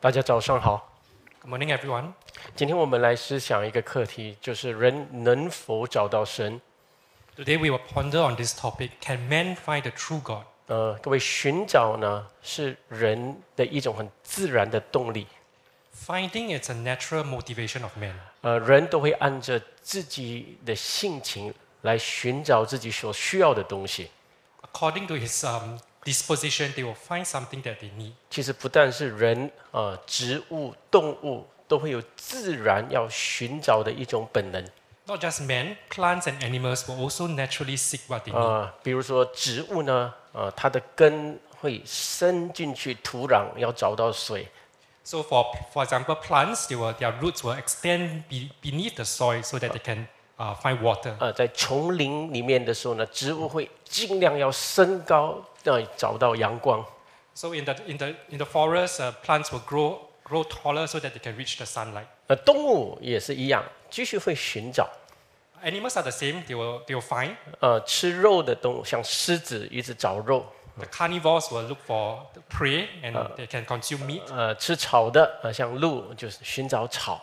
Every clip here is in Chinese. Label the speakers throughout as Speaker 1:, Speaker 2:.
Speaker 1: 大家早上好，
Speaker 2: Good morning, everyone.
Speaker 1: 今天我们来思想一个课题，就是人能否找到神？
Speaker 2: Today we will ponder on this topic Can man find the true God?
Speaker 1: 呃，各位，寻找呢是人的一种很自然的动力。
Speaker 2: Finding is a natural motivation of man.
Speaker 1: 呃，人都会按着自己的性情来寻找自己所需要的东西。
Speaker 2: According to his um, disposition, they will find something that they need.
Speaker 1: 其实不但是人，呃，植物、动物都会有自然要寻找的一种本能。
Speaker 2: Not just man, plants and animals will also naturally seek what they need.
Speaker 1: 呃，比如说植物呢，呃，它的根会伸进去土壤，要找到水。
Speaker 2: So, for for example, plants, they will, their roots will extend be, beneath the soil so that they can uh, find water.
Speaker 1: 呃，在丛林里面的时候呢，植物会尽量要升高，让你找到阳光。
Speaker 2: So, in the in the in the forest, uh, plants will grow grow taller so that they can reach the sunlight.
Speaker 1: 呃，动物也是一样，继续会寻找。
Speaker 2: Animals are the same. They will they will find.
Speaker 1: 呃，吃肉的动物，像狮子一直找肉；
Speaker 2: The carnivores will look for the prey and they can consume meat.
Speaker 1: 呃，吃草的，呃，像鹿就是寻找草。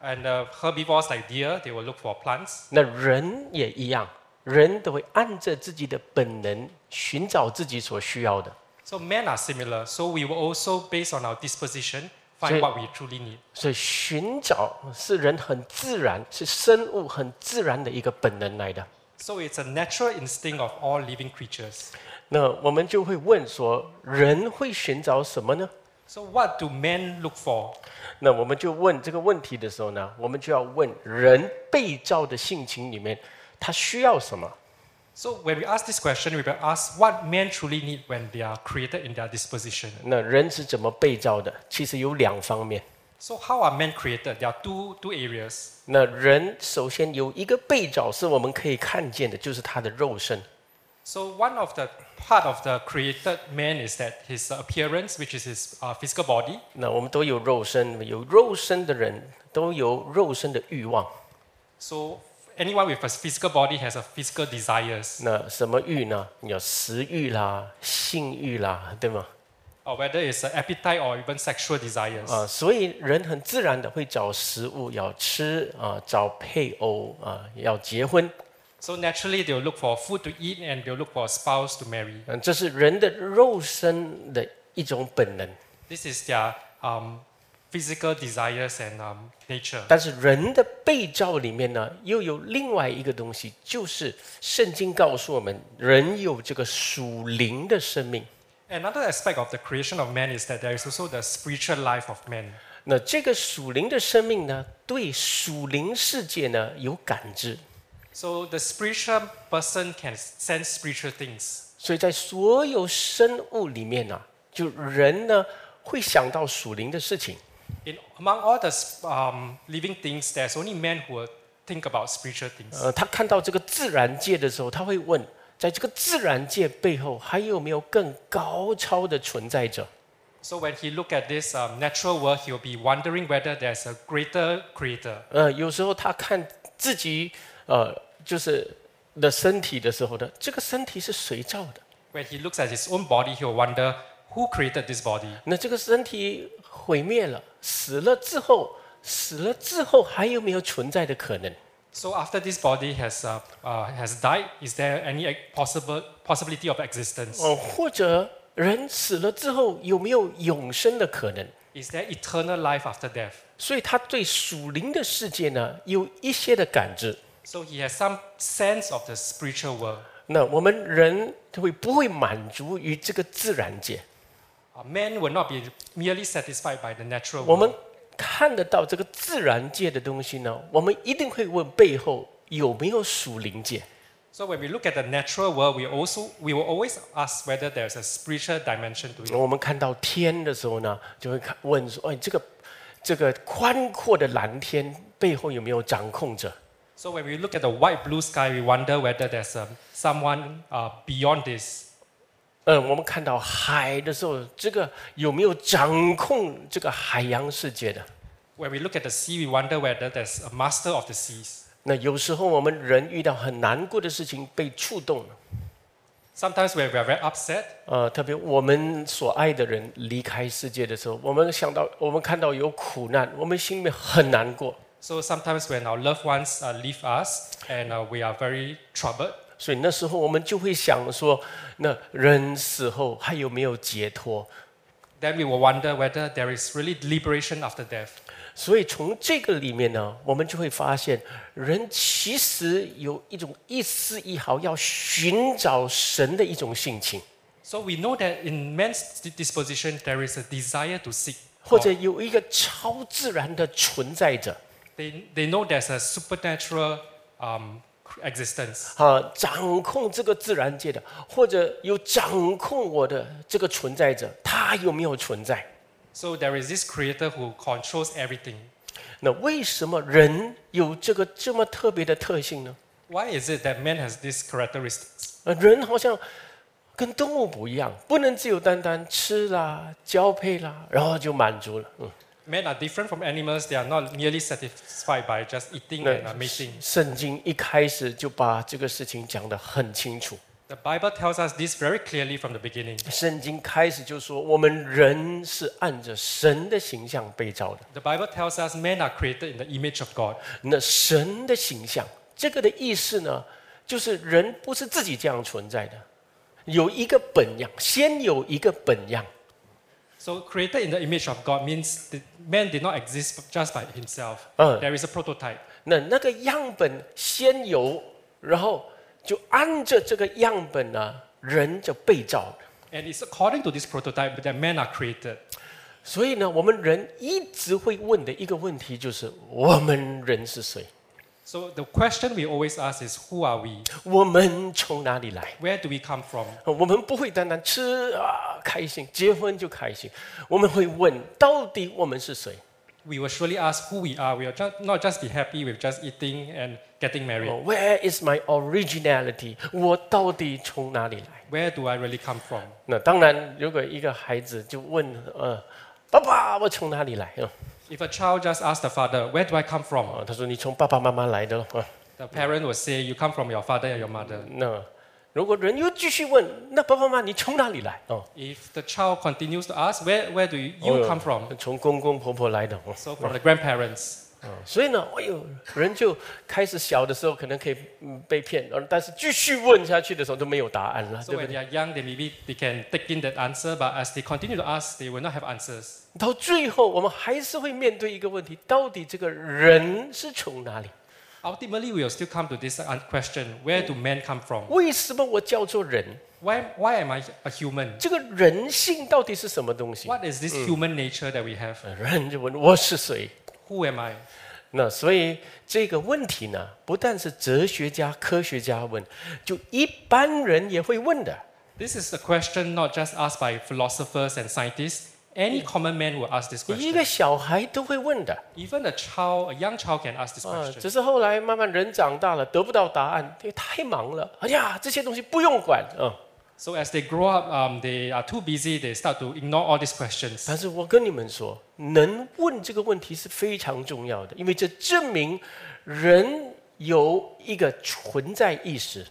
Speaker 2: And uh, herbivores like deer, they will look for plants.
Speaker 1: 那人也一样，人都会按着自己的本能寻找自己所需要的。
Speaker 2: So men are similar. So we will also, based on our disposition, find
Speaker 1: So-
Speaker 2: what we truly need.
Speaker 1: 所以寻找是人很自然，是生物很自然的一个本能来的。
Speaker 2: So it's a natural instinct of all living creatures.
Speaker 1: 那我们就会问说，人会寻找什么呢？
Speaker 2: So what do men look for?
Speaker 1: 那我们就问这个问题的时候呢，我们就要问人被造的性情里面，他需要什么？
Speaker 2: So when we ask this question, we will ask what men truly need when they are created in their disposition.
Speaker 1: 那人是怎么被造的？其实有两方面。
Speaker 2: So how are men created? There are two two areas.
Speaker 1: 那人首先有一个被造是我们可以看见的，就是他的肉身。
Speaker 2: So one of the part of the created man is that his appearance, which is his uh, physical body.
Speaker 1: 那我们都有肉身，有肉身的人都有肉身的欲望。
Speaker 2: So anyone with a physical body has a physical desires,
Speaker 1: 那什么欲呢？你有食欲啦、性欲啦，对吗？
Speaker 2: or whether it's an appetite or even sexual desires.
Speaker 1: 啊、所以人很自然的会找食物要吃啊、找配偶啊、要结婚，
Speaker 2: so naturally they'll look for food to eat and they'll look for a spouse to marry.
Speaker 1: 嗯，这是人的肉身的一种本能。
Speaker 2: This is their um, physical desires and um, nature.
Speaker 1: 但是人的被造里面呢，又有另外一个东西，就是圣经告诉我们，人有这个属灵的生命。
Speaker 2: Another aspect of the creation of man is that there is also the spiritual life of man.
Speaker 1: 那这个属灵的生命呢，对属灵世界呢有感知，
Speaker 2: So the spiritual person can sense spiritual things.
Speaker 1: 所以在所有生物里面呢、就人呢会想到属灵的事情。
Speaker 2: In, among all the sp- um, living things, there's only man who will think about spiritual things.
Speaker 1: 呃，他看到这个自然界的时候，他会问，在这个自然界背后，还有没有更高超的存在者？
Speaker 2: So when he look at this um, natural world, he'll be wondering whether there's a greater creator.
Speaker 1: 呃，有时候他看自己，呃，就是的身体的时候呢，这个身体是谁造的？
Speaker 2: When he looks at his own body, he'll wonder who created this body.
Speaker 1: 那这个身体毁灭了，死了之后，死了之后还有没有存在的可能？
Speaker 2: So after this body has uh, uh, has died, is there any ex- possible possibility of existence?
Speaker 1: 哦、或者人死了之后有没有永生的可能？
Speaker 2: Is there eternal life after death?
Speaker 1: 所以他对属灵的世界呢有一些的感知。
Speaker 2: So he has some sense of the spiritual world.
Speaker 1: 那我们人他会不会满足于这个自然界？
Speaker 2: Uh, man will not be merely satisfied by the natural
Speaker 1: 我们
Speaker 2: world.
Speaker 1: 看得到这个自然界的东西呢，我们一定会问背后有没有属灵界？
Speaker 2: So when we look at the natural world, we also we will always ask whether there's a spiritual dimension to it.
Speaker 1: 我们看到天的时候呢，就会看问说：哎，这个这个宽阔的蓝天背后有没有掌控者？
Speaker 2: So when we look at the white blue sky, we wonder whether there's um, someone uh, beyond this.
Speaker 1: 嗯，我们看到海的时候，这个有没有掌控这个海洋世界的？
Speaker 2: When we look at the sea, we wonder whether there's a master of the seas.
Speaker 1: 那有时候我们人遇到很难过的事情被触动了，
Speaker 2: Sometimes when we are very upset,
Speaker 1: 呃，特别我们所爱的人离开世界的时候，我们想到，我们看到有苦难，我们心里面很难过。
Speaker 2: so sometimes when our loved ones uh, leave us and uh, we are very troubled,
Speaker 1: 所以那时候我们就会想说，那人死后还有没有解脱？
Speaker 2: then we will wonder whether there is really liberation after death.
Speaker 1: 所以从这个里面呢，我们就会发现，人其实有一种一丝一毫要寻找神的一种性情，
Speaker 2: So we know that in man's d- disposition, there is a desire to seek.
Speaker 1: 或者有一个超自然的存在着，
Speaker 2: They, they know there's a supernatural um, existence.
Speaker 1: 啊，掌控这个自然界的，或者有掌控我的这个存在者，他有没有存在？
Speaker 2: So there is this creator who controls everything.
Speaker 1: 那为什么人有这个这么特别的特性呢？
Speaker 2: Why is it that man has these characteristics?
Speaker 1: 呃，人好像跟动物不一样，不能只有单单吃啦、交配啦，然后就满足了。嗯，
Speaker 2: Men are different from animals. They are not merely satisfied by just eating
Speaker 1: No.
Speaker 2: and uh, mating.
Speaker 1: 圣经一开始就把这个事情讲得很清楚。
Speaker 2: The Bible tells us this very clearly from the beginning.
Speaker 1: 圣经开始就说，我们人是按着神的形象被造的。
Speaker 2: The Bible tells us men are created in the image of God.
Speaker 1: 那神的形象，这个的意思呢，就是人不是自己这样存在的，有一个本样，先有一个本样。
Speaker 2: So created in the image of God means that man did not exist just by himself.
Speaker 1: Uh.
Speaker 2: There is a prototype.
Speaker 1: 那那个样本先有，然后就按着这个样本呢，人就被造了。
Speaker 2: And it's according to this prototype that men are created.
Speaker 1: 所以呢，我们人一直会问的一个问题就是：我们人是谁？
Speaker 2: So the question we always ask is who are we?
Speaker 1: 我们从哪里来？
Speaker 2: Where do we come from?
Speaker 1: 我们不会单单吃啊开心，结婚就开心，我们会问：到底我们是谁？
Speaker 2: We will surely ask who we are. We will ju- not just be happy with just eating and getting married.
Speaker 1: 哦 Where is my originality？我到底从哪里来？
Speaker 2: Where do I really come from?
Speaker 1: 那当然，如果一个孩子就问呃，爸爸，我从哪里来？啊、
Speaker 2: If a child just asks the father, Where do I come from?
Speaker 1: 哦，他说你从爸爸妈妈来的啊。
Speaker 2: The parent will say, You come from your father and your mother.
Speaker 1: 那如果人又继续问，那爸爸妈妈你从哪里来？哦，
Speaker 2: If the child continues to ask, Where, where do you, you
Speaker 1: Oh, yeah.
Speaker 2: come from?
Speaker 1: 从公公婆婆来的。哦
Speaker 2: So from the grandparents.
Speaker 1: 所以呢，哎呦，人就开始小的时候可能可以嗯被骗，而但是继续问下去的时候都没有答案了，对
Speaker 2: So
Speaker 1: 不
Speaker 2: when they
Speaker 1: 对？
Speaker 2: are young, they maybe they can take in that answer, but as they continue to ask, they will not have answers.
Speaker 1: 到最后，我们还是会面对一个问题：到底这个人是从哪里？
Speaker 2: Ultimately, we will still come to this un- question: Where do men come from?
Speaker 1: 为什么我叫做人？
Speaker 2: Why, why am I a human?
Speaker 1: 这个人性到底是什么东西？
Speaker 2: What is
Speaker 1: Mm.
Speaker 2: this human nature that we have?
Speaker 1: 人就问我是谁？
Speaker 2: Who am I?
Speaker 1: 那所以这个问题呢，不但是哲学家、科学家问，就一般人也会问的。
Speaker 2: This is a question not just asked by philosophers and scientists. Any common man will ask this
Speaker 1: 一
Speaker 2: question.
Speaker 1: 个小孩都会问的
Speaker 2: Even a child, a young child, can ask this
Speaker 1: 啊，
Speaker 2: question.
Speaker 1: 只是后来慢慢人长大了，得不到答案，因为太忙了。哎呀，这些东西不用管啊。
Speaker 2: So as they grow up, um, they are too busy. They start to ignore all these questions.
Speaker 1: 但是我跟你们说，能问这个问题是非常重要的，因为这证明人有一个存在意识。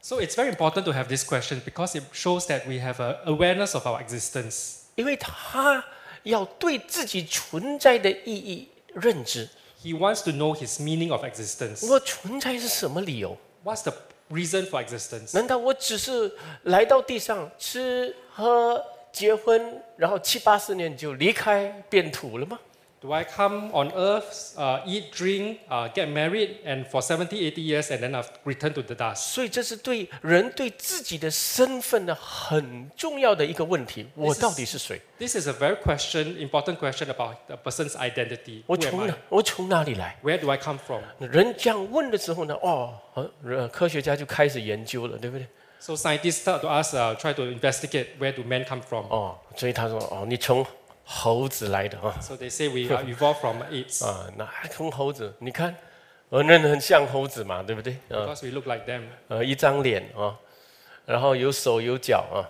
Speaker 2: So it's very important to have this question because it shows that we have a awareness of our existence.
Speaker 1: 因为他要对自己存在的意义认知，
Speaker 2: He wants to know his meaning of existence.
Speaker 1: 我存在是什么理由？
Speaker 2: What's the reason for existence?
Speaker 1: 难道我只是来到地上吃喝结婚，然后七八十年就离开变土了吗？
Speaker 2: Do I come on earth, uh, eat, drink, uh, get married, and for 70, 80 years, and then I've returned to the dust?
Speaker 1: 所以这是对人对自己的身份呢很重要的一个问题：我到底是谁？
Speaker 2: This is a very question, important question about a person's identity.
Speaker 1: 我
Speaker 2: Who am
Speaker 1: 从
Speaker 2: I?
Speaker 1: 哪？我从哪里来？
Speaker 2: Where do I come from?
Speaker 1: 人这样问的时候呢，哦，呃，科学家就开始研究了，对不对？
Speaker 2: So scientists start to ask, uh, try to investigate where do men come from.
Speaker 1: 哦，所以他说，哦，你从猴子来的啊。
Speaker 2: So they say we uh, evolved from apes
Speaker 1: 啊，那从猴子，你看，呃，那很像猴子嘛，对不对？啊，呃哦
Speaker 2: because we look like them.
Speaker 1: 呃，一张脸啊，然后有手有脚啊，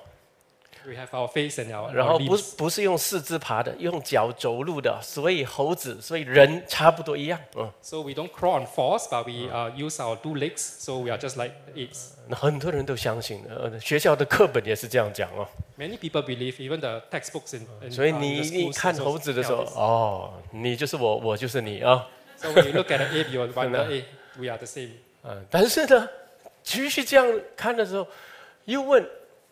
Speaker 2: We have our face and our,
Speaker 1: 然
Speaker 2: our
Speaker 1: 后不
Speaker 2: limbs.
Speaker 1: 不是用四肢爬的，用脚走路的，所以猴子，所以人差不多一样，嗯，
Speaker 2: So we don't crawl on fours, but we uh, use our two legs. So we are just like apes.
Speaker 1: 那很多人都相信的，呃，学校的课本也是这样讲哦。
Speaker 2: Many people believe, even the textbooks in, in,
Speaker 1: 所以嗯
Speaker 2: uh,
Speaker 1: 啊你
Speaker 2: in the
Speaker 1: 一
Speaker 2: schools
Speaker 1: 看
Speaker 2: also
Speaker 1: 猴子的时
Speaker 2: tell
Speaker 1: 候
Speaker 2: this.，
Speaker 1: 哦，你就是我，我就是你啊，
Speaker 2: So when you look at an ape, you will wonder, hey, we are the same.
Speaker 1: 嗯，但是呢，继续这样看的时候，又问，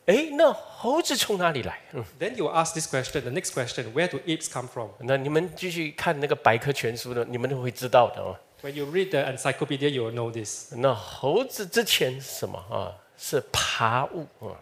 Speaker 1: 哎，那猴子从哪里来？嗯，
Speaker 2: Then you ask this question, the next question, where do apes come from?
Speaker 1: 那你们继续看那个百科全书呢，你们都会知道的哦。
Speaker 2: When you read the encyclopedia, you will know this.
Speaker 1: 那猴子之前是什么啊？是爬物啊，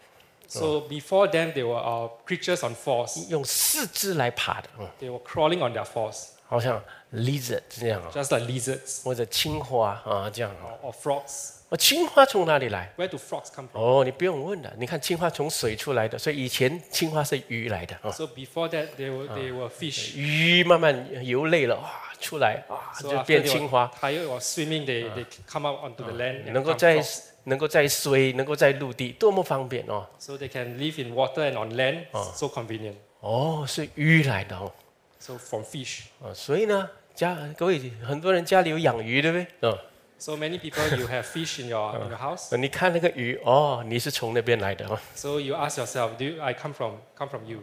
Speaker 2: So before them, they were uh, creatures on fours.
Speaker 1: 用四肢来爬的，嗯，
Speaker 2: They were crawling on their fours,
Speaker 1: 好像 lizard 这样啊，
Speaker 2: just like lizards
Speaker 1: 或者青花啊这样啊。
Speaker 2: or, or frogs.
Speaker 1: 哦，青花从哪里来？
Speaker 2: Where do frogs come from?
Speaker 1: 哦，你不用问了。你看青花从水出来的，所以以前青花是鱼来的啊，
Speaker 2: So before that, they were, they were fish.
Speaker 1: 鱼慢慢游累了啊，出来啊，
Speaker 2: So
Speaker 1: 就
Speaker 2: after
Speaker 1: 变
Speaker 2: they
Speaker 1: 青
Speaker 2: were
Speaker 1: 花，
Speaker 2: tired or swimming, they, they come out onto the land
Speaker 1: 能
Speaker 2: and
Speaker 1: 够
Speaker 2: become
Speaker 1: 在
Speaker 2: frogs.
Speaker 1: 能够在水，能够在陆地，多么方便哦！
Speaker 2: So they can live in water and on land. So convenient.
Speaker 1: 哦，是鱼来的哦，
Speaker 2: So from fish.
Speaker 1: 啊，所以呢，家各位很多人家里有养鱼，对不对？嗯，
Speaker 2: So many people, you have fish in your, in your house.
Speaker 1: 呃你看那个鱼，哦，你是从那边来的哦，
Speaker 2: So you ask yourself, do you, I come from, come from you?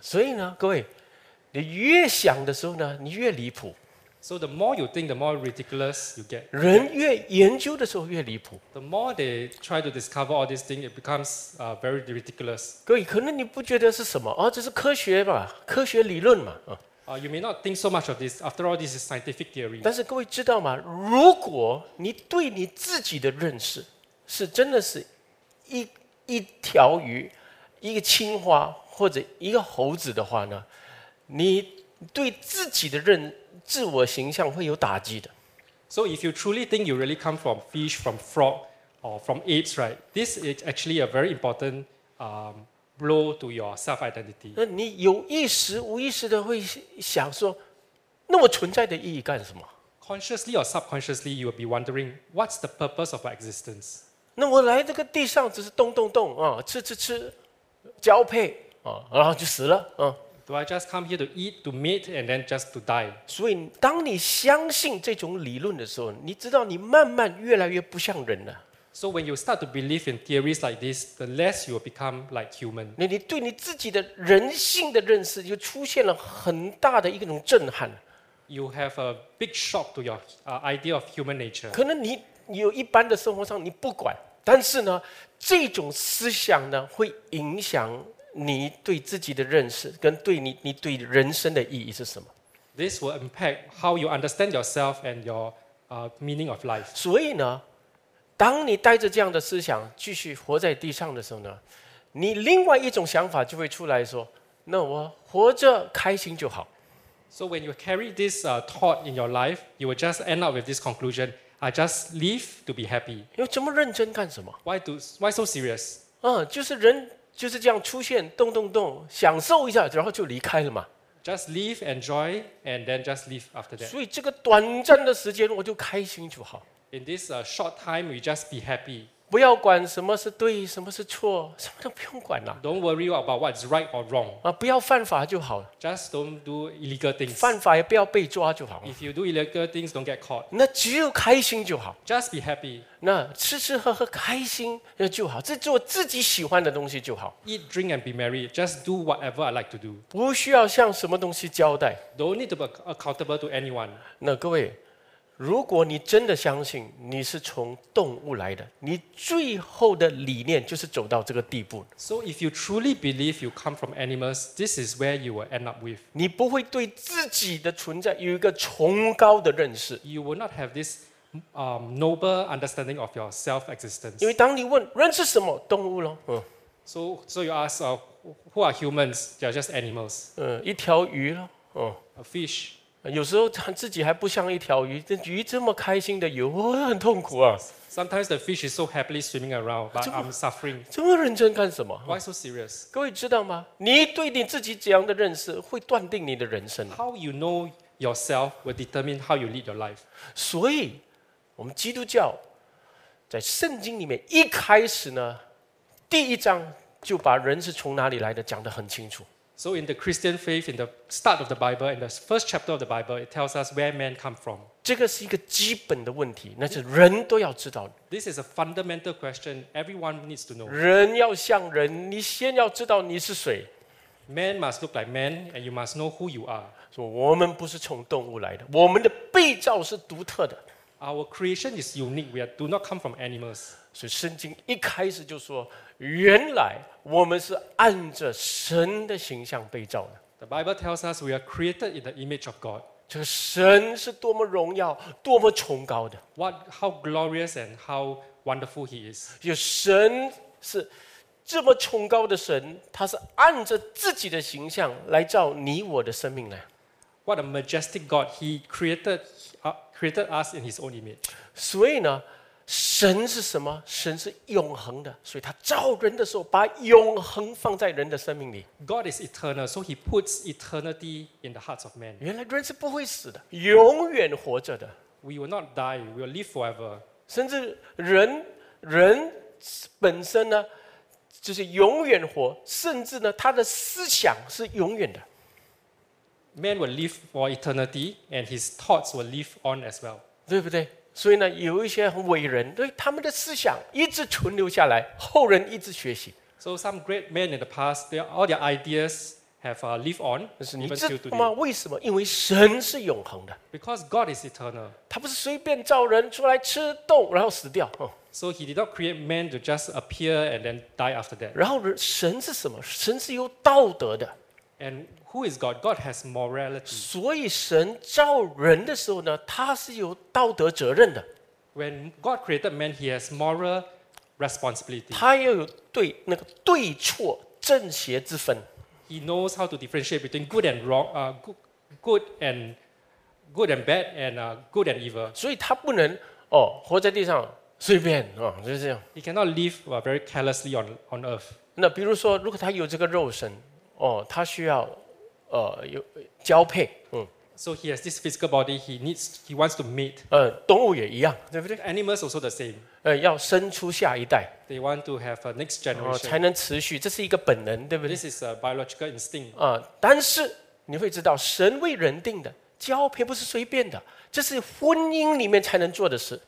Speaker 1: 所以呢，各位，你越想的时候呢，你越离谱；
Speaker 2: So the more you think, the more ridiculous you get.
Speaker 1: 人越研究的时候越离谱。
Speaker 2: The more they try to discover all these things, it becomes uh, very ridiculous.
Speaker 1: 各位，可能你不觉得是什么啊？这是科学嘛，科学理论嘛啊。
Speaker 2: Uh, you may not think so much of this. After all, this is scientific theory.
Speaker 1: 但是各位知道吗？如果你对你自己的认识是真的是一一条鱼、一个青蛙或者一个猴子的话呢，你对自己的认自我形象会有打击的。
Speaker 2: So if you truly think you really come from fish, from frog, or from apes, right? This is actually a very important um, blow to your self-identity.
Speaker 1: 那你有意识、无意识的会想说，那我存在的意义干什么？
Speaker 2: Consciously or subconsciously, you will be wondering, what's the purpose of my existence?
Speaker 1: 那我来这个地上只是动动动啊，吃吃吃，交配啊，然后就死了啊。
Speaker 2: Do I just come here to eat, to mate, and then just to die?
Speaker 1: 所以，当你相信这种理论的时候，你知道你慢慢越来越不像人了。
Speaker 2: So when you start to believe in theories like this, the less you will become like human.
Speaker 1: 那你对你自己的人性的认识就出现了很大的一种震撼。
Speaker 2: you have a big shock to your uh, idea of human nature.
Speaker 1: 可能你有一般的生活上你不管，但是呢，这种思想呢会影响你对自己的认识，跟对你你对人生的意义是什么。
Speaker 2: This will impact how you understand yourself and your uh, meaning of life.
Speaker 1: 所以呢，当你带着这样的思想继续活在地上的时候呢，你另外一种想法就会出来说：那我活着开心就好。
Speaker 2: So when you carry this uh, thought in your life, you will just end up with this conclusion: I just live to be happy.
Speaker 1: 因为这么认真干什么？
Speaker 2: Why do why so serious?
Speaker 1: 嗯，就是人就是这样出现，动动动，享受一下，然后就离开了嘛。
Speaker 2: Just live, enjoy, and then just live after that.
Speaker 1: 所以这个短暂的时间，我就开心就好，
Speaker 2: In this uh, short time, you just be happy.
Speaker 1: 不要管什么是对，什么是错，什么都不用管了
Speaker 2: Don't worry about what's right or wrong.
Speaker 1: 啊！不要犯法就好了，
Speaker 2: Just don't do illegal things.
Speaker 1: 犯法也不要被抓就好了。
Speaker 2: If you do illegal things, don't get caught.
Speaker 1: 那只有开心就好。
Speaker 2: Just be happy.
Speaker 1: 那吃吃喝喝开心呃就好，这做自己喜欢的东西就好，
Speaker 2: eat, drink, and be merry. Just do whatever I like to do.
Speaker 1: 不需要向什么东西交代。
Speaker 2: Don't need to be ac- accountable to anyone.
Speaker 1: 那各位，如果你真的相信你是从动物来的，你最后的理念就是走到这个地步，
Speaker 2: So if you truly believe you come from animals, this is where you will end up with.
Speaker 1: 你不会对自己的存在有一个崇高的认识，
Speaker 2: You will not have this um, noble understanding of your self-existence.
Speaker 1: 因为当你问人是什么动物咯，嗯
Speaker 2: So, so you ask, uh, who are humans? They are just animals,
Speaker 1: 嗯，一条鱼咯，嗯。
Speaker 2: a fish.
Speaker 1: 有时候他自己还不像一条鱼，这鱼这么开心的游，我很痛苦啊！
Speaker 2: Sometimes the fish is so happily swimming around, but I'm suffering.
Speaker 1: 这么认真干什么？
Speaker 2: Why so serious?
Speaker 1: 各位知道吗？你对你自己这样的认识，会断定你的人生。
Speaker 2: How you know yourself will determine how you lead your life.
Speaker 1: 所以，我们基督教在圣经里面一开始呢，第一章就把人是从哪里来的讲得很清楚。
Speaker 2: So in the Christian faith, in the start of the Bible, in the first chapter of the Bible, it tells us where man come from.
Speaker 1: 这个是一个基本的问题，那是人都要知道的。
Speaker 2: This is a fundamental question everyone needs to know.
Speaker 1: 人要像人，你先要知道你是谁。
Speaker 2: Man must look like man, and you must know who you are.
Speaker 1: 说我们不是从动物来的，我们的被造是独特的。
Speaker 2: Our creation is unique. We are, do not come from animals.
Speaker 1: 所以圣经一开始就说，原来我们是按着神的形象被造的。
Speaker 2: The Bible tells us we are created in the image of God.
Speaker 1: 这个神是多么荣耀、多么崇高的。
Speaker 2: What, how glorious and how wonderful He is.
Speaker 1: 有神是这么崇高的神，他是按着自己的形象来造你我的生命来。
Speaker 2: What a majestic God! He created, uh, created us in His own image.
Speaker 1: 所以呢，神是什么？神是永恒的，所以他造人的时候，把永恒放在人的生命里。
Speaker 2: God is eternal, so He puts eternity in the hearts of men.
Speaker 1: 原来人是不会死的，永远活着的。
Speaker 2: We will not die. We will live forever.
Speaker 1: 甚至人人本身呢，就是永远活，甚至呢，他的思想是永远的。
Speaker 2: Man will live for eternity, and his thoughts will live on as well.
Speaker 1: 对不对？所以呢，有一些很伟人，对他们的思想一直存留下来，后人一直学习。
Speaker 2: So some great men in the past, their, all their ideas have uh, lived on
Speaker 1: 但是你
Speaker 2: even
Speaker 1: 知
Speaker 2: till
Speaker 1: 道吗？
Speaker 2: today.
Speaker 1: 为什么？因为神是永恒的，
Speaker 2: Because God is eternal,
Speaker 1: 他不是随便造人出来吃动，然后死掉。哦，
Speaker 2: so He did not create man to just appear and then die after that.
Speaker 1: 然后人神是什么？神是有道德的，
Speaker 2: And who is God? God has morality.
Speaker 1: 所以神造人的时候呢，他是有道德责任的，
Speaker 2: When God created man, He has moral responsibility.
Speaker 1: 他要有对那个对错正邪之分。
Speaker 2: He knows how to differentiate between good and wrong, uh, good, good and good and bad, and uh, good and evil.
Speaker 1: 所以他不能哦，活在地上随便哦，就是这样。
Speaker 2: He cannot live uh, very carelessly on, on earth.
Speaker 1: 那比如说，如果他有这个肉身，哦，他需要呃有交配，嗯，
Speaker 2: So he has this physical body. He needs. He wants to mate.
Speaker 1: 呃，动物也一样，对不对？
Speaker 2: Animals also the same.
Speaker 1: 呃，要生出下一代，
Speaker 2: They want to have a next
Speaker 1: 然后
Speaker 2: generation.
Speaker 1: 才能持续，这是一个本能，对不对？
Speaker 2: This is a biological instinct.
Speaker 1: 啊、但是你会知道，神为人定的交配不是随便的，这是婚姻里面才能做的事，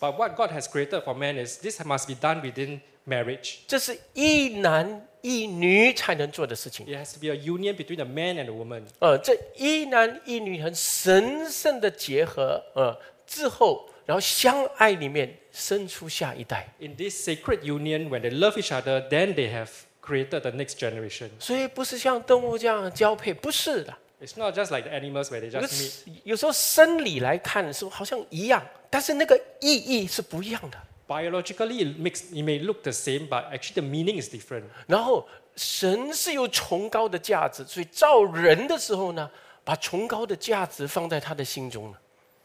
Speaker 2: But what God has created for man is this must be done within marriage.
Speaker 1: 这是一男一女才能做的事情。
Speaker 2: It has to be a union between a man and a woman.
Speaker 1: 呃，这一男一女很神圣的结合，呃，之后然后相爱里面生出下一代。
Speaker 2: In this sacred union, when they love each other, then they have created the next generation.
Speaker 1: 所以不是像动物这样交配，不是的。
Speaker 2: It's not just like the animals where they
Speaker 1: 有
Speaker 2: just meet.
Speaker 1: 时有时候生理来看是好像一样，但是那个意义是不一样的。
Speaker 2: Biologically, it makes it may look the same, but actually the meaning is different.
Speaker 1: 然后神是有崇高的价值，所以造人的时候呢，把崇高的价值放在他的心中了。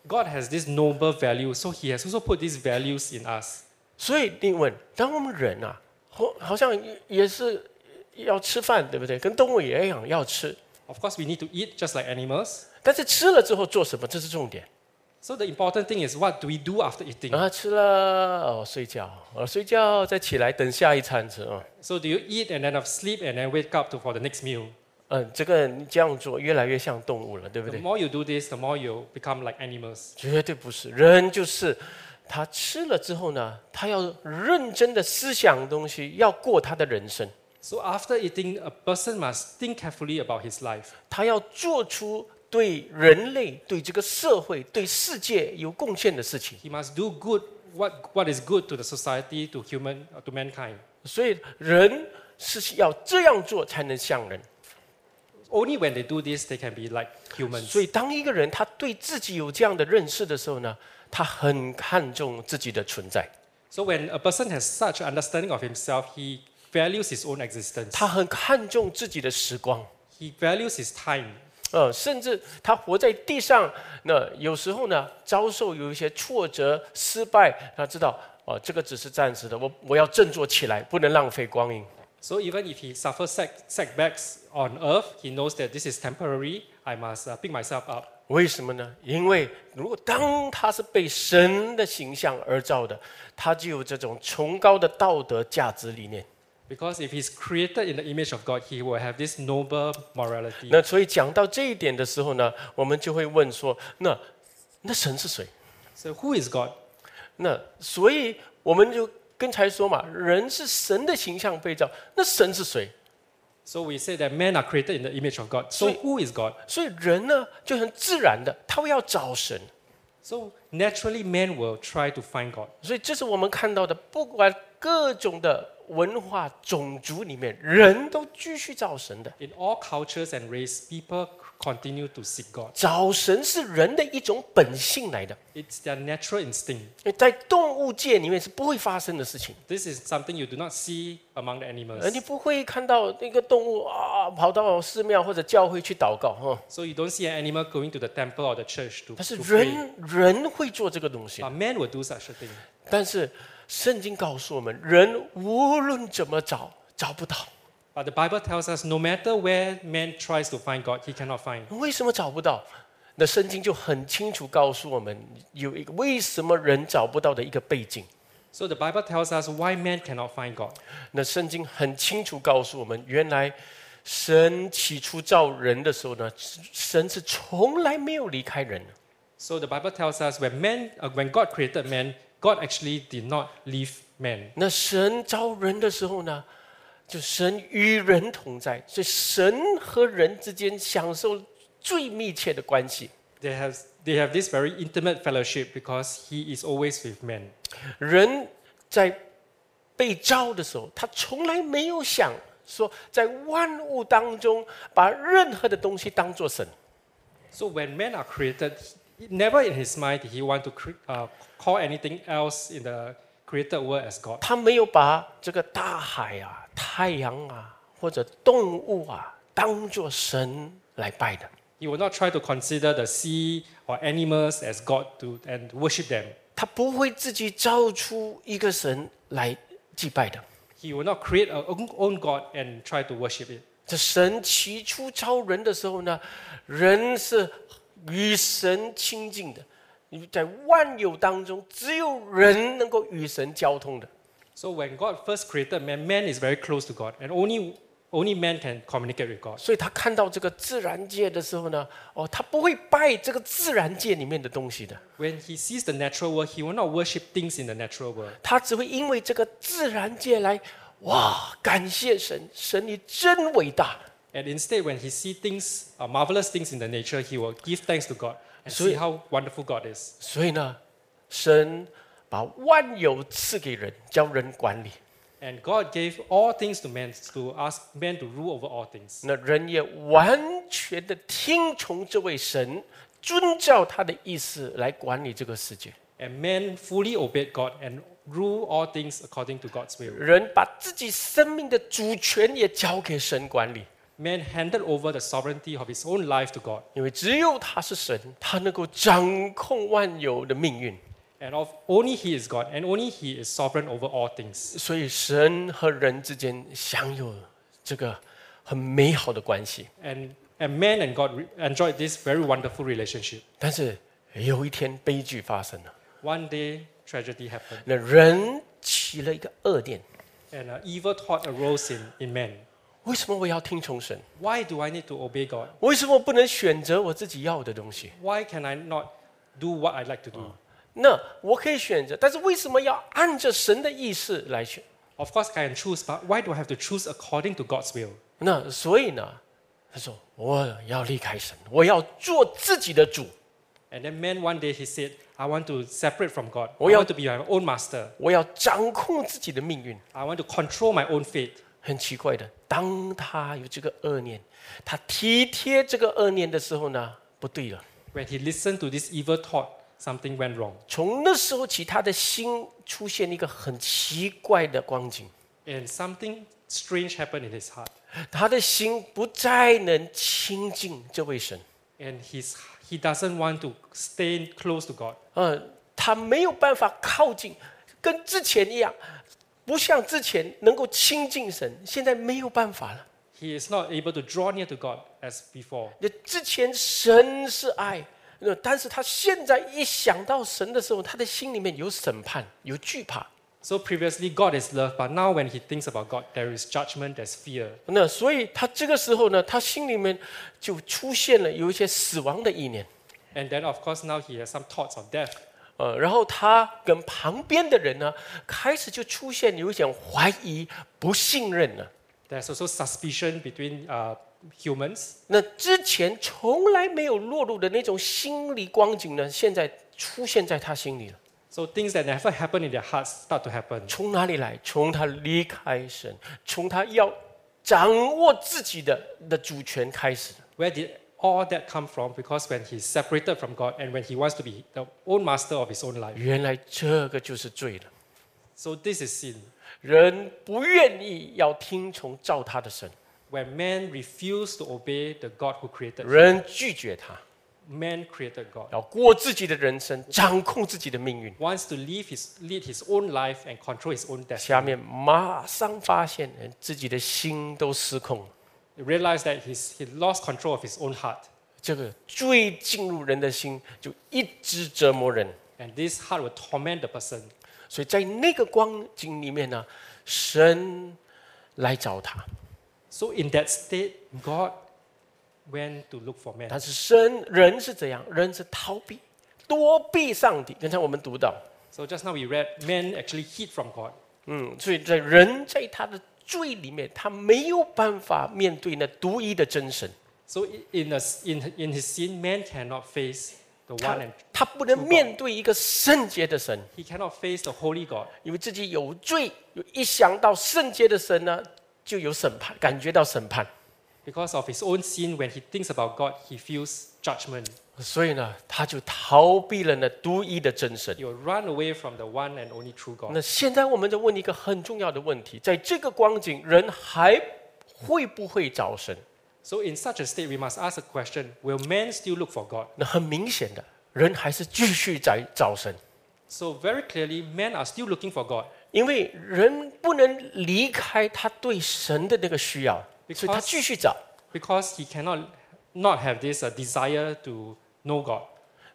Speaker 2: God has this noble value, so He has also put these values in us.
Speaker 1: 所以你问，当我们人啊，好好像也也是要吃饭，对不对？跟动物也一样要吃，
Speaker 2: Of course, we need to eat just like animals.
Speaker 1: 但是吃了之后做什么，这是重点。
Speaker 2: So the important thing is what do we do after eating?
Speaker 1: 然后吃了哦，睡觉，哦睡觉再起来等下一餐吃啊。
Speaker 2: So do you eat and then have sleep and then wake up to, for the next meal?
Speaker 1: 嗯，这个你这样做越来越像动物了，对不
Speaker 2: The
Speaker 1: 对？
Speaker 2: more you do this, the more you become like animals.
Speaker 1: 绝对不是，人就是他吃了之后呢，他要认真的思想东西，要过他的人生，
Speaker 2: So after eating, a person must think carefully about his life.
Speaker 1: 他要做出对人类、对这个社会、对世界有贡献的事情。
Speaker 2: He must do good what what is good to the society, to human, uh, to mankind.
Speaker 1: 所以人是要这样做才能像人。
Speaker 2: Only when they do this, they can be like humans.
Speaker 1: 所以当一个人他对自己有这样的认识的时候呢，他很看重自己的存在，
Speaker 2: So when a person has such understanding of himself, he values his own existence.
Speaker 1: 他很看重自己的时光。
Speaker 2: He values his time.
Speaker 1: 呃，甚至他活在地上，那有时候呢，遭受有一些挫折、失败，他知道哦、这个只是暂时的，我我要振作起来，不能浪费光阴。
Speaker 2: So even if he suffers sack, setbacks on earth, he knows that this is temporary. I must uh, pick myself up.
Speaker 1: 为什么呢？因为如果当他是被神的形象而造的，他就有这种崇高的道德价值理念。
Speaker 2: Because if he's created in the image of God, he will have this noble morality.
Speaker 1: 那所以讲到这一点的时候呢，我们就会问说：那那神是谁？
Speaker 2: So who is God?
Speaker 1: 那所以我们就刚才说嘛，人是神的形象被造，那神是谁？
Speaker 2: So we say that men are created in the image of God. So
Speaker 1: So-
Speaker 2: who is God?
Speaker 1: 所以人呢就很自然的，他会要找神。
Speaker 2: So naturally, men will try to find God.
Speaker 1: 所以这是我们看到的，不管各种的文化、种族里面，人都继续找神的。
Speaker 2: In all cultures and race, people continue to seek God.
Speaker 1: 找神是人的一种本性来的，
Speaker 2: It's their natural instinct.
Speaker 1: 在动物界里面是不会发生的事情，
Speaker 2: This is something you do not see among the animals.
Speaker 1: 而你不会看到那个动物啊跑到寺庙或者教会去祷告哈。
Speaker 2: So you don't see an animal going to the temple or the church to,
Speaker 1: 但是
Speaker 2: to pray.
Speaker 1: 人人会做这个东西，
Speaker 2: But men will do such a thing.
Speaker 1: 但是圣经告诉我们，人无论怎么找找不到，
Speaker 2: But the Bible tells us no matter where man tries to find God, he cannot find.
Speaker 1: 为什么找不到？那圣经就很清楚告诉我们，有一个为什么人找不到的一个背景。
Speaker 2: So the Bible tells us why man cannot find God.
Speaker 1: 那圣经很清楚告诉我们，原来神起初造人的时候呢，神是从来没有离开人的。
Speaker 2: So the Bible tells us when man, uh, when God created man, God actually did not leave man.
Speaker 1: 那神造人的时候呢，就神与人同在，所以神和人之间享受最密切的关系。
Speaker 2: They have they have this very intimate fellowship because he is always with man.
Speaker 1: 人在被造的时候，他从来没有想说在万物当中把任何的东西当做神。
Speaker 2: So when men are created, he- never in his mind did he want to cre- uh, call anything else in the created world as God.
Speaker 1: 他没有把这个大海啊、太阳啊或者动物啊当做神来拜的，
Speaker 2: He will not try to consider the sea or animals as God to and worship them.
Speaker 1: 他不会自己造出一个神来祭拜的。
Speaker 2: He will not create a own own God and try to worship it.
Speaker 1: 这神起初造人的时候呢，人是与神亲近的，在万有当中，只有人能够与神交通的。
Speaker 2: So when God first created man, man is very close to God, and only only man can communicate with God.
Speaker 1: 所以他看到这个自然界的时候呢，哦，他不会拜这个自然界里面的东西的。
Speaker 2: When he sees the natural world, he will not worship things in the natural world.
Speaker 1: 他只会因为这个自然界来，哇，感谢神，神你真伟大。
Speaker 2: And instead, when he sees things, uh, marvelous things in the nature, he will give thanks to God and
Speaker 1: So-
Speaker 2: see how wonderful God is.
Speaker 1: 所以呢，神把万有赐给人，教人管理。
Speaker 2: And God gave all things to man to ask man to rule over all things.
Speaker 1: 那人也完全的听从这位神，遵照他的意思来管理这个世界。
Speaker 2: And man fully obeyed God and rule all things according to God's will.
Speaker 1: 人把自己生命的主权也交给神管理，
Speaker 2: Man handed over the sovereignty of his own life to God.
Speaker 1: 因为只有他是神，他能够掌控万有的命运。
Speaker 2: And of only he is God, and only he is sovereign over all things.
Speaker 1: 所以神和人之间享有这个很美好的关系。
Speaker 2: And and man and God re- enjoyed this very wonderful relationship.
Speaker 1: 但是有一天悲剧发生了，
Speaker 2: One day tragedy happened,
Speaker 1: 那人起了一个恶念：
Speaker 2: and an evil thought arose in, in man.
Speaker 1: 为什么我要听从神？
Speaker 2: Why do I need to obey God?
Speaker 1: 为什么不能选择我自己要的东西？
Speaker 2: Why can I not do what I like to do?
Speaker 1: 那我可以选择，但是为什么要按着神的意思来选？
Speaker 2: Of course, I can choose, but why do I have to choose according to God's will?
Speaker 1: 那所以呢？他说：“我要离开神，我要做自己的主，
Speaker 2: And then, man, one day he said, I want to separate from God. I
Speaker 1: 我要-
Speaker 2: want to be my own master.
Speaker 1: 我要掌控自己的命运。”
Speaker 2: I want to control my own fate.
Speaker 1: 很奇怪的，当他有这个恶念，他体贴这个恶念的时候呢，不对了。
Speaker 2: When he listened to this evil thought, something went wrong.
Speaker 1: 从那时候起，他的心出现一个很奇怪的光景，
Speaker 2: And something strange happened in his heart.
Speaker 1: 他的心不再能亲近这位神，
Speaker 2: And he's, he doesn't want to stay close to God.
Speaker 1: 呃，他没有办法靠近，跟之前一样，不像之前能够亲近神，现在没有办法了。
Speaker 2: He is not able to draw near to God as before.
Speaker 1: 那之前神是爱，那但是他现在一想到神的时候，他的心里面有审判，有惧怕。
Speaker 2: So previously, God is love, but now when he thinks about God, there is judgment, there's fear.
Speaker 1: 那所以他这个时候呢，他心里面就出现了有一些死亡的意念，
Speaker 2: And then, of course, now he has some thoughts of death.
Speaker 1: 呃，然后他跟旁边的人呢，开始就出现有一点怀疑、不信任了。
Speaker 2: There's also suspicion between uh, humans.
Speaker 1: 那之前从来没有落入的那种心理光景呢，现在出现在他心里了。
Speaker 2: So things that never happen in their hearts start to happen.
Speaker 1: 从哪里来？从他离开神，从他要掌握自己的的主权开始。
Speaker 2: Where did all that come from? Because when he's separated from God and when he wants to be the own master of his own life.
Speaker 1: 原来这个就是罪了。
Speaker 2: So this is sin.
Speaker 1: 人不愿意要听从造他的神，
Speaker 2: When man refused to obey the God who created,
Speaker 1: 人拒绝他，
Speaker 2: man created God,
Speaker 1: 要过自己的人生，掌控自己的命运。
Speaker 2: wants to live his, lead his own life and control his own
Speaker 1: 下
Speaker 2: destiny.
Speaker 1: 面马上发现呃自己的心都失控了，
Speaker 2: He realized that he's, he lost control of his own heart.
Speaker 1: 这个罪进入人的心，就一直折磨人。
Speaker 2: And this heart will torment the person.
Speaker 1: 所以在那个光景里面呢，神来找他，
Speaker 2: So in that state, God went to look for man.
Speaker 1: 但是神人是怎样？人是逃避、躲避上帝。刚才我们读到，
Speaker 2: So just now we read, man actually hid from God.
Speaker 1: 嗯，所以在人在他的罪里面，他没有办法面对那独一的真神，
Speaker 2: So i- in, a s in, in his sin, man cannot face the
Speaker 1: 他
Speaker 2: one and
Speaker 1: 他不能面对一个圣洁的神，
Speaker 2: he cannot face the holy God.
Speaker 1: 因为自己有罪，一想到圣洁的神呢，就有审判，感觉到审判，
Speaker 2: Because of his own sin, when he thinks about God, he feels judgment.
Speaker 1: 所以呢，他就逃避了那独一的真神。
Speaker 2: He will run away from the one and only true God.
Speaker 1: 那现在我们就问一个很重要的问题：在这个光景，人还会不会找神？
Speaker 2: So in such a state, we must ask a question, will man still look for God?
Speaker 1: 那很明显的，人还是继续在找神，
Speaker 2: So very clearly, men are still looking for God
Speaker 1: 因为人不能离开他对神的那个需要，所以他
Speaker 2: Because-
Speaker 1: 继续找。
Speaker 2: because he cannot not have this uh, desire to know God.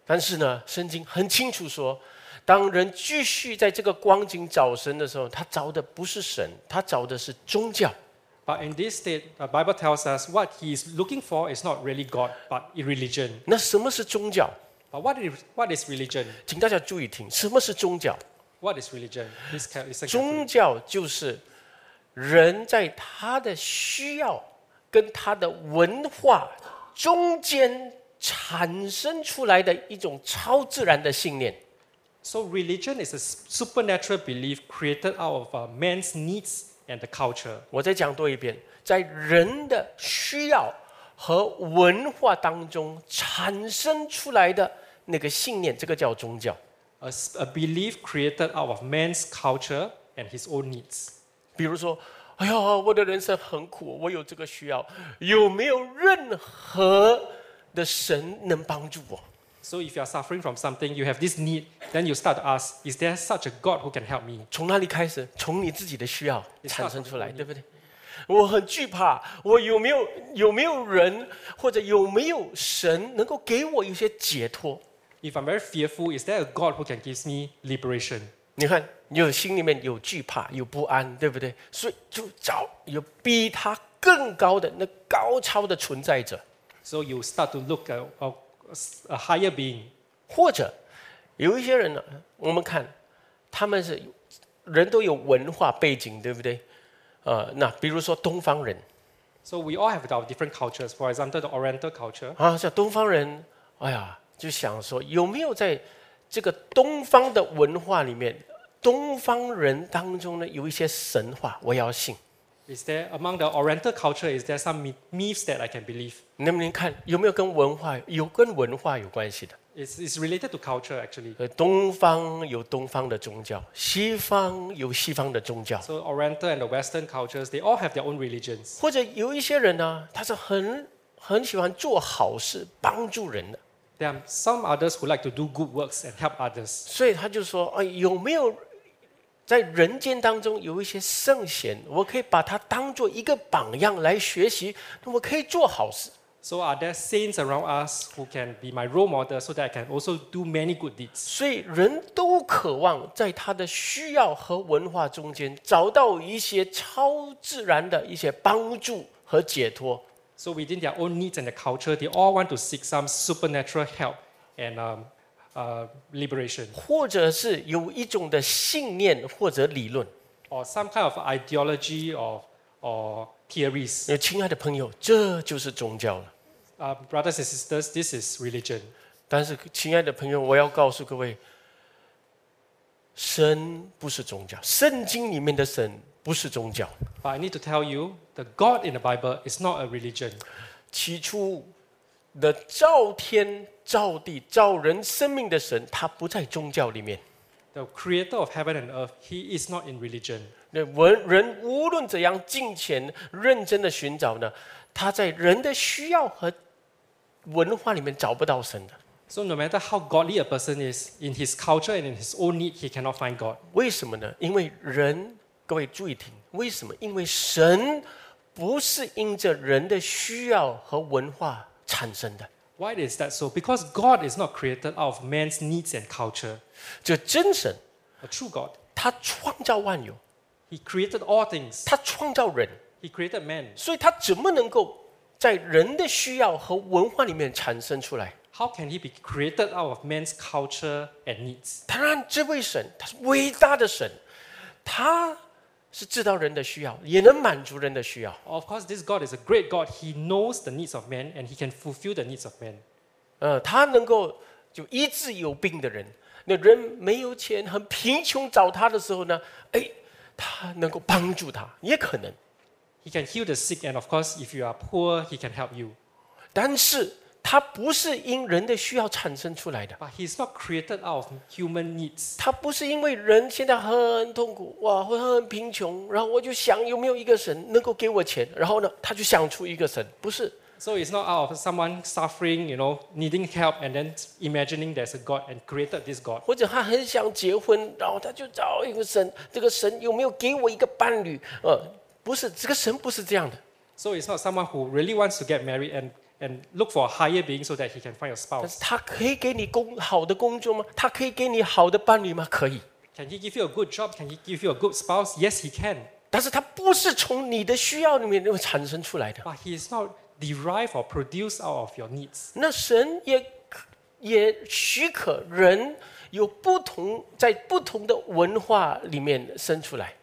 Speaker 1: 但是呢，圣经很清楚说，当人继续在这个光景找神的时候，他找的不是神，他找的是宗教。
Speaker 2: But in this state, the Bible tells us what he is looking for is not really God, but i- religion.
Speaker 1: 那什么是宗教？
Speaker 2: But what is, what is religion?
Speaker 1: 请大家注意听，什么是宗教？
Speaker 2: What is religion? This can, is a
Speaker 1: 宗教就是人在他的需要跟他的文化中间产生出来的一种超自然的信念。
Speaker 2: so religion is a s- supernatural belief created out of uh, man's needs and the culture.
Speaker 1: 我再讲多一遍，在人的需要和文化当中产生出来的那个信念，这个叫宗教。
Speaker 2: A, s- a belief created out of man's culture and his own needs.
Speaker 1: 比如说，哎呀，我的人生很苦，我有这个需要，有没有任何的神能帮助我？
Speaker 2: So if you are suffering from something, you have this need, then you start to ask, is there such a God who can help me?
Speaker 1: 从哪里开始？从你自己的需要
Speaker 2: It's
Speaker 1: 产生出来，
Speaker 2: not-
Speaker 1: 对不对？我很惧怕，我有没有有没有人或者有没有神能够给我一些解脱？
Speaker 2: If I'm very fearful, is there a God who can give me liberation?
Speaker 1: 你看，你有心里面有惧怕，有不安，对不对？所以就找有比他更高的那高超的存在者，
Speaker 2: So you start to look at a, a higher being.
Speaker 1: 或者有一些人呢，我们看他们是人都有文化背景，对不对？呃，那比如说东方人，
Speaker 2: So we all have our different cultures. For example, the Oriental culture.
Speaker 1: 啊，像东方人，哎呀，就想说有没有在这个东方的文化里面，东方人当中呢有一些神话，我也要信。
Speaker 2: Is there among the Oriental culture? Is there some myth- myths that I can believe?
Speaker 1: 能不能看呃有没有跟文化有跟文化有关系的？
Speaker 2: It's, it's related to culture actually.
Speaker 1: 呃，东方有东方的宗教，西方有西方的宗教，
Speaker 2: So Oriental and the Western cultures, they all have their own religions.
Speaker 1: 或者有一些人呢，他是很很喜欢做好事，帮助人的，
Speaker 2: There are some others who like to do good works and help others.
Speaker 1: 所以他就说，哎，有没有在人间当中有一些圣贤，我可以把他当做一个榜样来学习，那我可以做好事。
Speaker 2: So are there saints around us who can be my role model so that I can also do many good deeds?
Speaker 1: 所以人都渴望在他的需要和文化中间找到一些超自然的一些帮助和解脱。
Speaker 2: So within their own needs and their culture, they all want to seek some supernatural help and um, uh, liberation,
Speaker 1: 或者是有一种的信念或者理论。
Speaker 2: or some kind of ideology or or theories.
Speaker 1: 呃，亲爱的朋友，这就是宗教了。
Speaker 2: Uh, brothers and sisters, this is religion.
Speaker 1: 但是，亲爱的朋友，我要告诉各位，神不是宗教，圣经里面的神不是宗教。
Speaker 2: But I need to tell you, the God in the Bible is not a religion.
Speaker 1: 起初的造天造地造人生命的神，他不在宗教里面。
Speaker 2: The creator of heaven and earth, he is not in religion.
Speaker 1: 那文人无论怎样尽前认真的寻找呢，他在人的需要和文化里面找不到神的。
Speaker 2: So no matter how godly a person is, in his culture and in his own need, he cannot find God.
Speaker 1: 为什么呢？因为人，各位注意听，为什么？因为神不是因着人的需要和文化产生的。
Speaker 2: Why is that so? Because God is not created out of man's needs and culture.
Speaker 1: 这真神，
Speaker 2: A true God,
Speaker 1: 他创造万有，
Speaker 2: he created all things.
Speaker 1: 他创造人，
Speaker 2: He created man.
Speaker 1: 所以他怎么能够在人的需要和文化里面产生出来？
Speaker 2: How can he be created out of man's culture and needs?
Speaker 1: 当然，这位神他是伟大的神，他是知道人的需要，也能满足人的需要。
Speaker 2: Of course, this God is a great God. He knows the needs of man and he can fulfill the needs of man.
Speaker 1: 呃，他能够就医治有病的人。那人没有钱、很贫穷找他的时候呢，哎，他能够帮助他，也可能。
Speaker 2: He can heal the sick, and of course, if you are poor, he can help you.
Speaker 1: 但是他不是因人的需要产生出来的，
Speaker 2: But he's not created out of human needs.
Speaker 1: 他不是因为人现在很痛苦哇，会很贫穷，然后我就想有没有一个神能够给我钱，然后呢，他就想出一个神，不是。
Speaker 2: So it's not out of someone suffering, you know, needing help, and then imagining there's a God and created this God.
Speaker 1: 或者他很想结婚，然后他就找一个神，这个神有没有给我一个伴侣？呃，不是，这个神不是这样的。
Speaker 2: So it's not someone who really wants to get married and, and look for a higher being so that he can find a
Speaker 1: 但是
Speaker 2: spouse.
Speaker 1: 他可以给你工好的工作吗？他可以给你好的伴侣吗？可以，
Speaker 2: Can he give you a good job? Can he give you a good spouse? Yes, he can.
Speaker 1: 但是他不是从你的需要里面会产生出来的。
Speaker 2: But he is not derived or produced out of your needs.
Speaker 1: 那神也也许可人有不同在不同的文化里面生出来，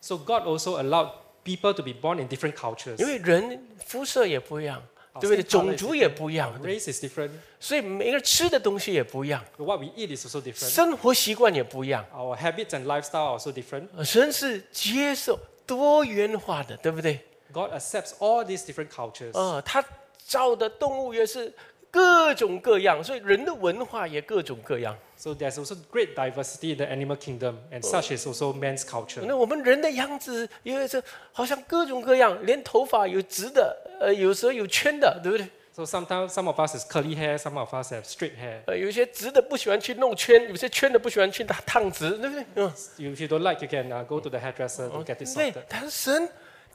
Speaker 2: So God also allowed people to be born in different cultures.
Speaker 1: 因为人肤色也不一样，
Speaker 2: 哦
Speaker 1: 对不对？
Speaker 2: 身高也
Speaker 1: 种族也不一样，对
Speaker 2: Race is different.
Speaker 1: 所以每个人吃的东西也不一样，
Speaker 2: What we eat is also different.
Speaker 1: 生活习惯也不一样。
Speaker 2: Our habits and lifestyle are also different.
Speaker 1: 神是接受多元化的，对不对？
Speaker 2: God accepts all these different cultures.
Speaker 1: 呃，他造的动物也是各种各样，所以人的文化也各种各样。
Speaker 2: So there's also great diversity in the animal kingdom, and such is also man's culture.
Speaker 1: 那我们人的样子也是好像各种各样，连头发有直的，呃，有时候有圈的，对不对？
Speaker 2: So sometimes some of us is curly hair, some of us have straight hair.
Speaker 1: 呃，有些直的不喜欢去弄圈，有些圈的不喜欢去烫烫直，对不对？嗯，
Speaker 2: You- If you don't like, you can uh, go to the hairdresser to get it
Speaker 1: 对
Speaker 2: sorted.，
Speaker 1: 但是神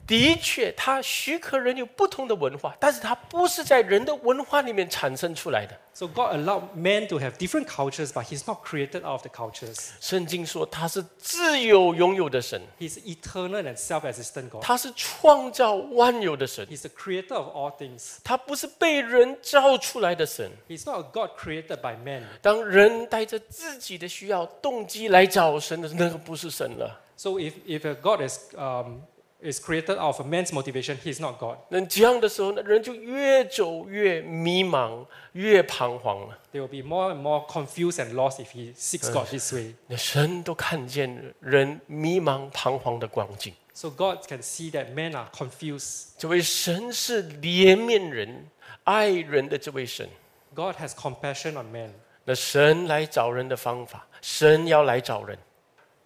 Speaker 1: 的确他许可人有不同的文化，但是他不是在人的文化里面产生出来的。
Speaker 2: So God allowed men to have different cultures, but He's not created out of the cultures.
Speaker 1: 圣经说他是自由拥有的神，
Speaker 2: He's eternal and self-existent God.
Speaker 1: 他是创造万有的神。
Speaker 2: He's the creator of all things.
Speaker 1: 他不是被人造出来的神。
Speaker 2: He's not a God created by men.
Speaker 1: 当人带着自己的需要、动机来找神的时候，那个不是神了。
Speaker 2: So if, if a God is um, is created out of a man's motivation, He's not God.
Speaker 1: 那这样的时候呢，人就越走越迷茫、越彷徨啊了。
Speaker 2: They will be more and more confused and lost if He seeks God this way.
Speaker 1: 那神都看见人迷茫、彷徨的光景。
Speaker 2: So God can see that men are confused.
Speaker 1: 这位神是怜悯人、爱人的这位神。
Speaker 2: God has compassion on men.
Speaker 1: 那神来找人的方法，神要来找人。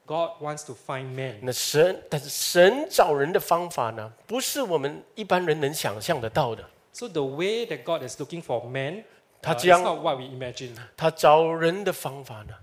Speaker 2: God wants to find men.
Speaker 1: 那神，但是神找人的方法呢，不是我们一般人能想象得到的。
Speaker 2: So the way that God is looking for men, uh, it's
Speaker 1: 他这样-
Speaker 2: not what we imagine.
Speaker 1: 他找人的方法呢，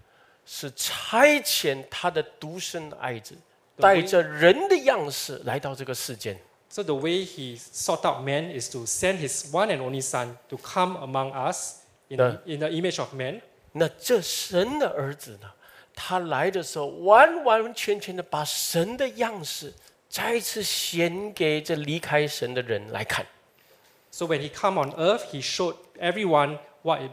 Speaker 1: 是差遣他的独生爱子，带着人的样式来到这个世间。
Speaker 2: So the way he sought out man is to send his one and only son to come among us in, the, in the image of man.
Speaker 1: 那这神的儿子呢？他来的时候，完完全全的把神的样式再一次显给这离开神的人来看。
Speaker 2: So when he come on earth, he showed everyone what it,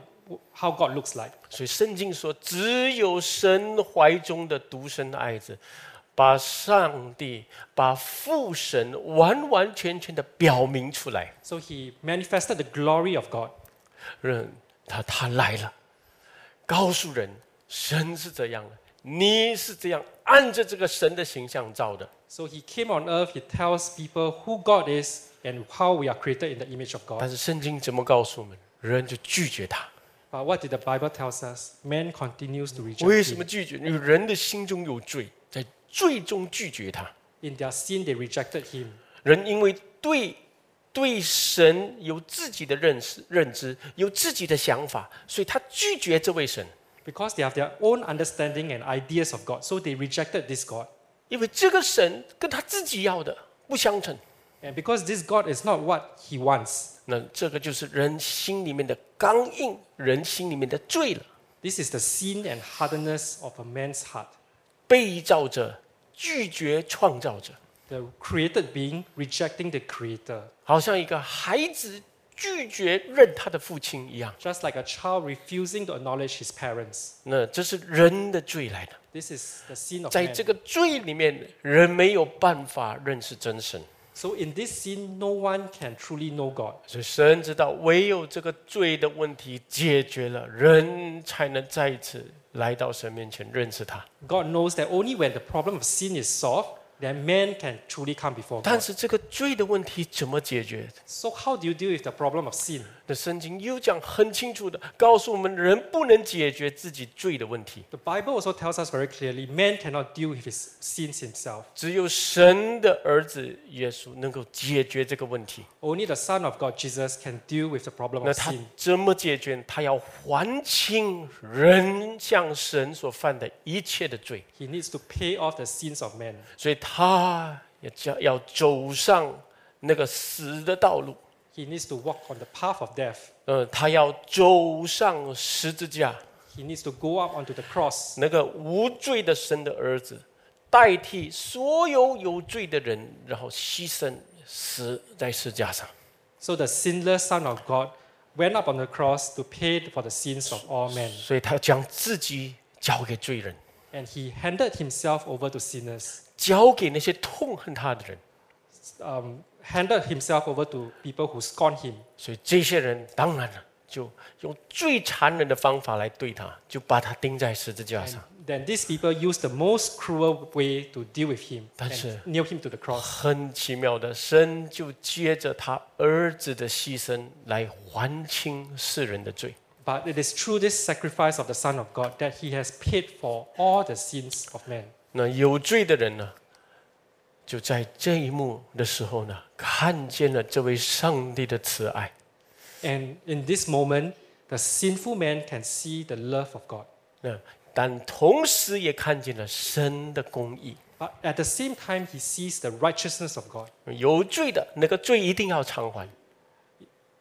Speaker 2: how God looks like.
Speaker 1: 所以圣经说，只有神怀中的独生爱子，把上帝、把父神完完全全的表明出来。
Speaker 2: So he manifested the glory of God.
Speaker 1: 嗯，他他来了，告诉人神是这样的，你是这样，按着这个神的形象造的。
Speaker 2: So he came on earth, he tells people who God is and how we are created in the image of
Speaker 1: 但
Speaker 2: God.
Speaker 1: 是圣经怎么告诉我们？人就拒绝他。
Speaker 2: But what did the Bible tells us? Man continues to
Speaker 1: 为
Speaker 2: reject
Speaker 1: 什么
Speaker 2: him.
Speaker 1: 拒绝？因为人的心中有罪，在最终拒绝他。
Speaker 2: In their sin, they rejected him.
Speaker 1: 人因为对对神有自己的认识、认知，有自己的想法，所以他拒绝这位神。
Speaker 2: Because they have their own understanding and ideas of God. So they rejected this God.
Speaker 1: 因为这个神跟他自己要的不相称，
Speaker 2: And because this God is not what he wants,
Speaker 1: 那这个就是人心里面的刚硬，人心里面的罪了，
Speaker 2: this is the sin and hardness of a man's heart.
Speaker 1: 被造者拒绝创造者，
Speaker 2: The created being rejecting the creator.
Speaker 1: 好像一个孩子拒绝认他的父亲一样。
Speaker 2: Just like a child refusing to acknowledge his parents.
Speaker 1: 那这是人的罪来的。
Speaker 2: This is the sin of
Speaker 1: 在
Speaker 2: man.
Speaker 1: 这个罪里面，人没有办法认识真神，
Speaker 2: So in this sin, no one can truly know God.
Speaker 1: 所以神知道，唯有这个罪的问题解决了，人才能再一次来到神面前认识他。
Speaker 2: God knows that only when the problem of sin is solved, then man can truly come before
Speaker 1: 但
Speaker 2: God.
Speaker 1: 是这个罪的问题怎么解决？
Speaker 2: So how do you deal with the problem of sin?
Speaker 1: 那圣经又讲很清楚的告诉我们，人不能解决自己罪的问题，
Speaker 2: The Bible also tells us very clearly, man cannot deal with his sins himself.
Speaker 1: 只有神的儿子耶稣能够解决这个问题。
Speaker 2: Only the Son of God, Jesus, can deal with the problem
Speaker 1: 那
Speaker 2: of
Speaker 1: 他
Speaker 2: sin.
Speaker 1: 怎么解决？他要还清人向神所犯的一切的罪。
Speaker 2: He needs to pay off the sins of man.
Speaker 1: 所以他也将要走上那个死的道路，
Speaker 2: He needs to walk on the path of death.
Speaker 1: 呃，他要走上十字架，
Speaker 2: He needs to go up onto the cross.
Speaker 1: 那个无罪的神的儿子，代替所有有罪的人，然后牺牲死在十字架上。
Speaker 2: So the sinless Son of God went up on the cross to pay for the sins of all men.
Speaker 1: 所以他将自己交给罪人，
Speaker 2: And he handed himself over to sinners,
Speaker 1: 交给那些痛恨他的人。
Speaker 2: um, handed himself over to people who scorned him.
Speaker 1: 所以这些人当然了，就用最残忍的方法来对他，就把他钉在十字架
Speaker 2: And
Speaker 1: 上。
Speaker 2: then these people used the most cruel way to deal with him and
Speaker 1: 但是-
Speaker 2: nailed him to the cross.
Speaker 1: 很奇妙的，神就接着他儿子的牺牲来还清世人的罪。
Speaker 2: But it is through this sacrifice of the Son of God that he has paid for all the sins of man.
Speaker 1: 那有罪的人呢，就在这一幕的时候呢，看见了这位上帝的慈爱。
Speaker 2: And in this moment, the sinful man can see the love of God.
Speaker 1: 那但同时也看见了神的公义。
Speaker 2: But at the same time, he sees the righteousness of God.
Speaker 1: 有罪的那个罪一定要偿还，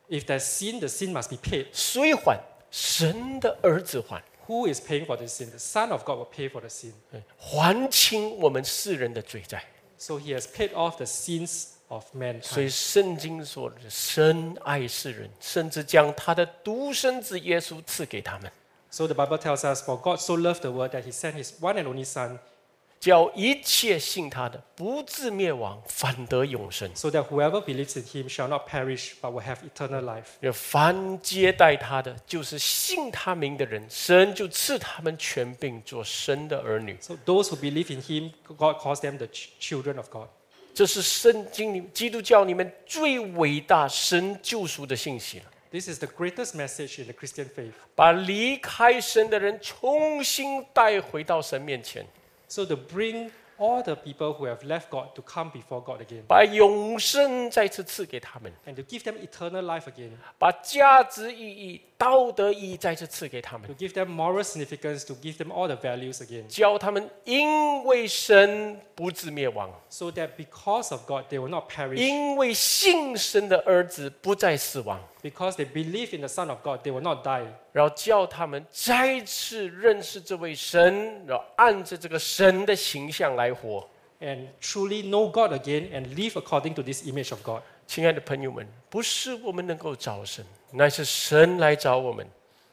Speaker 2: If there's sin, the sin must be paid.
Speaker 1: 谁还？神的儿子还，
Speaker 2: Who is paying for the sin? The Son of God will pay for the sin.
Speaker 1: 还清我们世人的罪债。
Speaker 2: So he has paid off the sins of
Speaker 1: 所以
Speaker 2: mankind.
Speaker 1: 圣经说的，深爱世人，甚至将他的独生子耶稣赐给他们，
Speaker 2: So the Bible tells us, For God so loved the world that he sent his one and only Son,
Speaker 1: 叫一切信他的不至灭亡，反得永生。
Speaker 2: so that whoever believes in him shall not perish but will have eternal life.
Speaker 1: 要凡接待他的，就是信他名的人，神就赐他们权柄做神的儿女。
Speaker 2: So those who believe in him, God calls them the ch- children of God.
Speaker 1: 这是圣经里基督教里面最伟大神救赎的信息了，
Speaker 2: This is the greatest message in the Christian faith.
Speaker 1: 把离开神的人重新带回到神面前。
Speaker 2: So to bring all the people who have left God to come before God again
Speaker 1: 把永生再次赐给他们，
Speaker 2: and to give them eternal life again,
Speaker 1: 把价值意义、道德意义再次赐给他们
Speaker 2: to，give them moral significance, to give them all the values again,
Speaker 1: 教他们因为神不致灭亡，
Speaker 2: so that because of God they will not perish,
Speaker 1: 因为信神的儿子不再死亡，
Speaker 2: because they believe in the Son of God they will not die,
Speaker 1: 然后叫他们再次认识这位神，然后按着这个神的形象来活。
Speaker 2: and truly know God again and live according to this image of God.
Speaker 1: 亲爱的朋友们，不是我们能够找神，乃是神来找我们。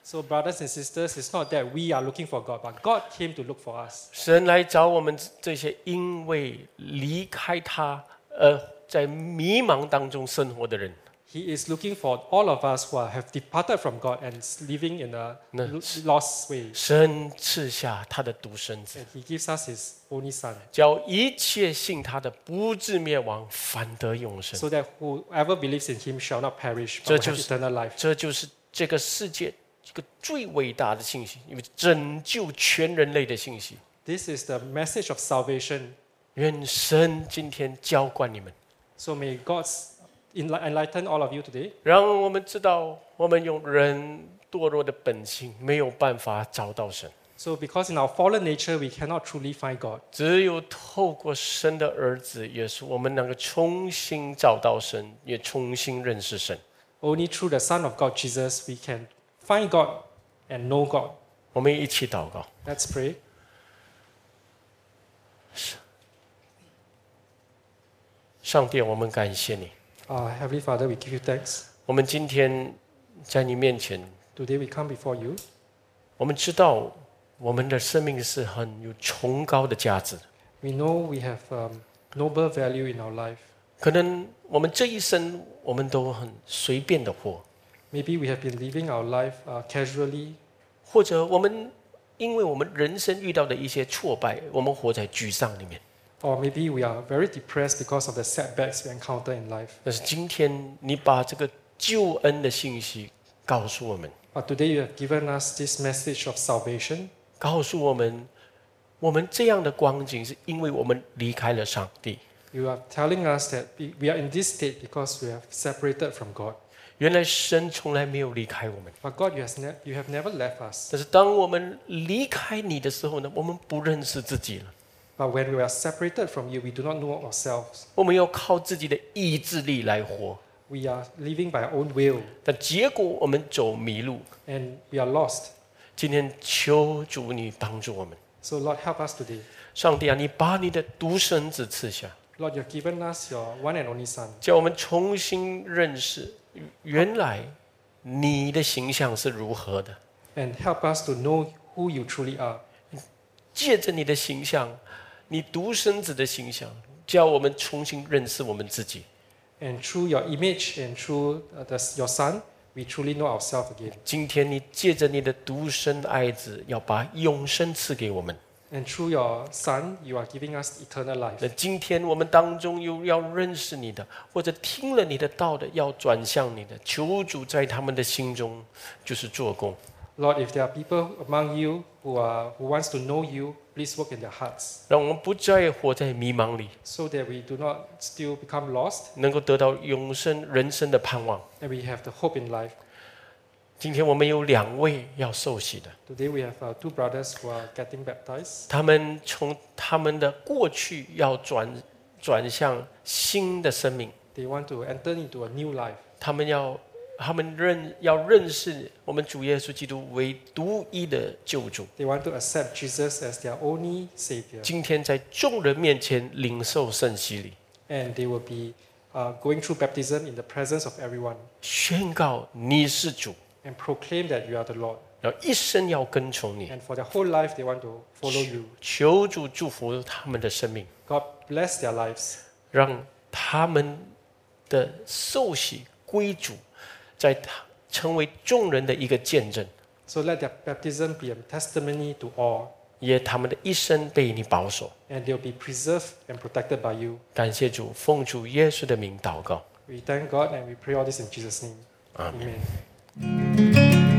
Speaker 2: So, brothers and sisters, it's not that we are looking for God, but God came to look for us.
Speaker 1: 神来找我们这些因为离开他而在迷茫当中生活的人，
Speaker 2: He is looking for all of us who are, have departed from God and s- living in a
Speaker 1: No.
Speaker 2: lo- lost way.
Speaker 1: 神赐下他的独生子，
Speaker 2: And He gives us His only Son,
Speaker 1: 叫一切信他的不至灭亡，反得永生。
Speaker 2: so that whoever believes in Him shall not perish,
Speaker 1: So
Speaker 2: but will have
Speaker 1: just-
Speaker 2: eternal life.
Speaker 1: 这就是这个世界这个最伟大的信息，因为拯救全人类的信息。
Speaker 2: This is the message of salvation.
Speaker 1: 愿神今天浇灌你们，
Speaker 2: So may God s- enli- enlighten all of you today,
Speaker 1: 让我们知道我们用人堕落的本性没有办法找到神。
Speaker 2: so because in our fallen nature we cannot truly find God.
Speaker 1: 只有透过神的儿子耶稣，我们能够重新找到神，也重新认识神。
Speaker 2: Only through the Son of God, Jesus, we can find God and know God.
Speaker 1: 我们一起祷告，
Speaker 2: Let's pray.
Speaker 1: 上帝，我们感谢你。
Speaker 2: Uh, Heavenly Father, we give you thanks.
Speaker 1: 我们今天在你面前，
Speaker 2: Today we come before you.
Speaker 1: 我们知道我们的生命是很有崇高的价值的。
Speaker 2: We know we have um, noble value in our life.
Speaker 1: 可能我们这一生，我们都很随便的活，
Speaker 2: Maybe we have been living our life uh, casually,
Speaker 1: 或者我们因为我们人生遇到的一些挫败，我们活在沮丧里面。
Speaker 2: or maybe we are very depressed because of the setbacks we encounter in life.
Speaker 1: 但是今天你把这个救恩的信息告诉我们，
Speaker 2: But today you have given us this message of salvation.
Speaker 1: 告诉我们，我们这样的光景是因为我们离开了上帝。
Speaker 2: You are telling us that we we are in this state because we have separated from God.
Speaker 1: 原来神从来没有离开我们，
Speaker 2: But God, you, has ne- you have never left us.
Speaker 1: 但是当我们离开你的时候呢，我们不认识自己了，
Speaker 2: But when we are separated from you, we do not know ourselves.
Speaker 1: 我们要靠自己的意志力来活，
Speaker 2: We are living by our own will
Speaker 1: 但结果我们走迷路。
Speaker 2: and we are lost.
Speaker 1: 今天求主你帮助我们，
Speaker 2: So, Lord, help us today.
Speaker 1: 上帝啊，你把你的独生子赐下，
Speaker 2: Lord, you have given us your one and only Son.
Speaker 1: 叫我们重新认识，原来你的形象是如何的。
Speaker 2: and help us to know who you truly are.
Speaker 1: 借着你的形象，你独生子的形象，叫我们重新认识我们自己。
Speaker 2: And through your image and through uh, the, your Son, we truly know ourselves again.
Speaker 1: 今天你借着你的独生爱子，要把永生赐给我们。
Speaker 2: And through your Son, you are giving us eternal life.
Speaker 1: 那今天我们当中有要认识你的，或者听了你的道的，要转向你的，求主在他们的心中就是做工。
Speaker 2: Lord, if there are people among you who are who wants to know you, please work in their hearts
Speaker 1: 让我们不再活在迷茫里，
Speaker 2: so that we do not still become lost
Speaker 1: 能够得到永生人生的盼望。
Speaker 2: and we have the hope in life.
Speaker 1: 今天我们有两位要受洗的，
Speaker 2: Today we have uh, two brothers who are getting baptized.
Speaker 1: 他们从他们的过去要转转向新的生命，
Speaker 2: They want to enter into a new life.
Speaker 1: 他们要他们认要认识我们主耶稣基督为独一的救主。
Speaker 2: They want to accept Jesus as their only Savior.
Speaker 1: 今天在众人面前领受圣洗礼，
Speaker 2: and they will be uh, going through baptism in the presence of everyone
Speaker 1: 宣告你是主，
Speaker 2: and proclaim that you are the Lord.
Speaker 1: 然后一生要跟从你。
Speaker 2: And for their whole life, they want to follow you.
Speaker 1: 求主祝福他们的生命。
Speaker 2: God bless their lives
Speaker 1: 让他们的受洗归主，在他成为众人的一个见证，
Speaker 2: so let their baptism be a testimony to all,
Speaker 1: 也他们的一生被你保守。
Speaker 2: and they'll be preserved and protected by you.
Speaker 1: 感谢主，奉主耶稣的名祷告，
Speaker 2: We thank God and we pray all this in Jesus' name.
Speaker 1: 阿门。
Speaker 2: Amen.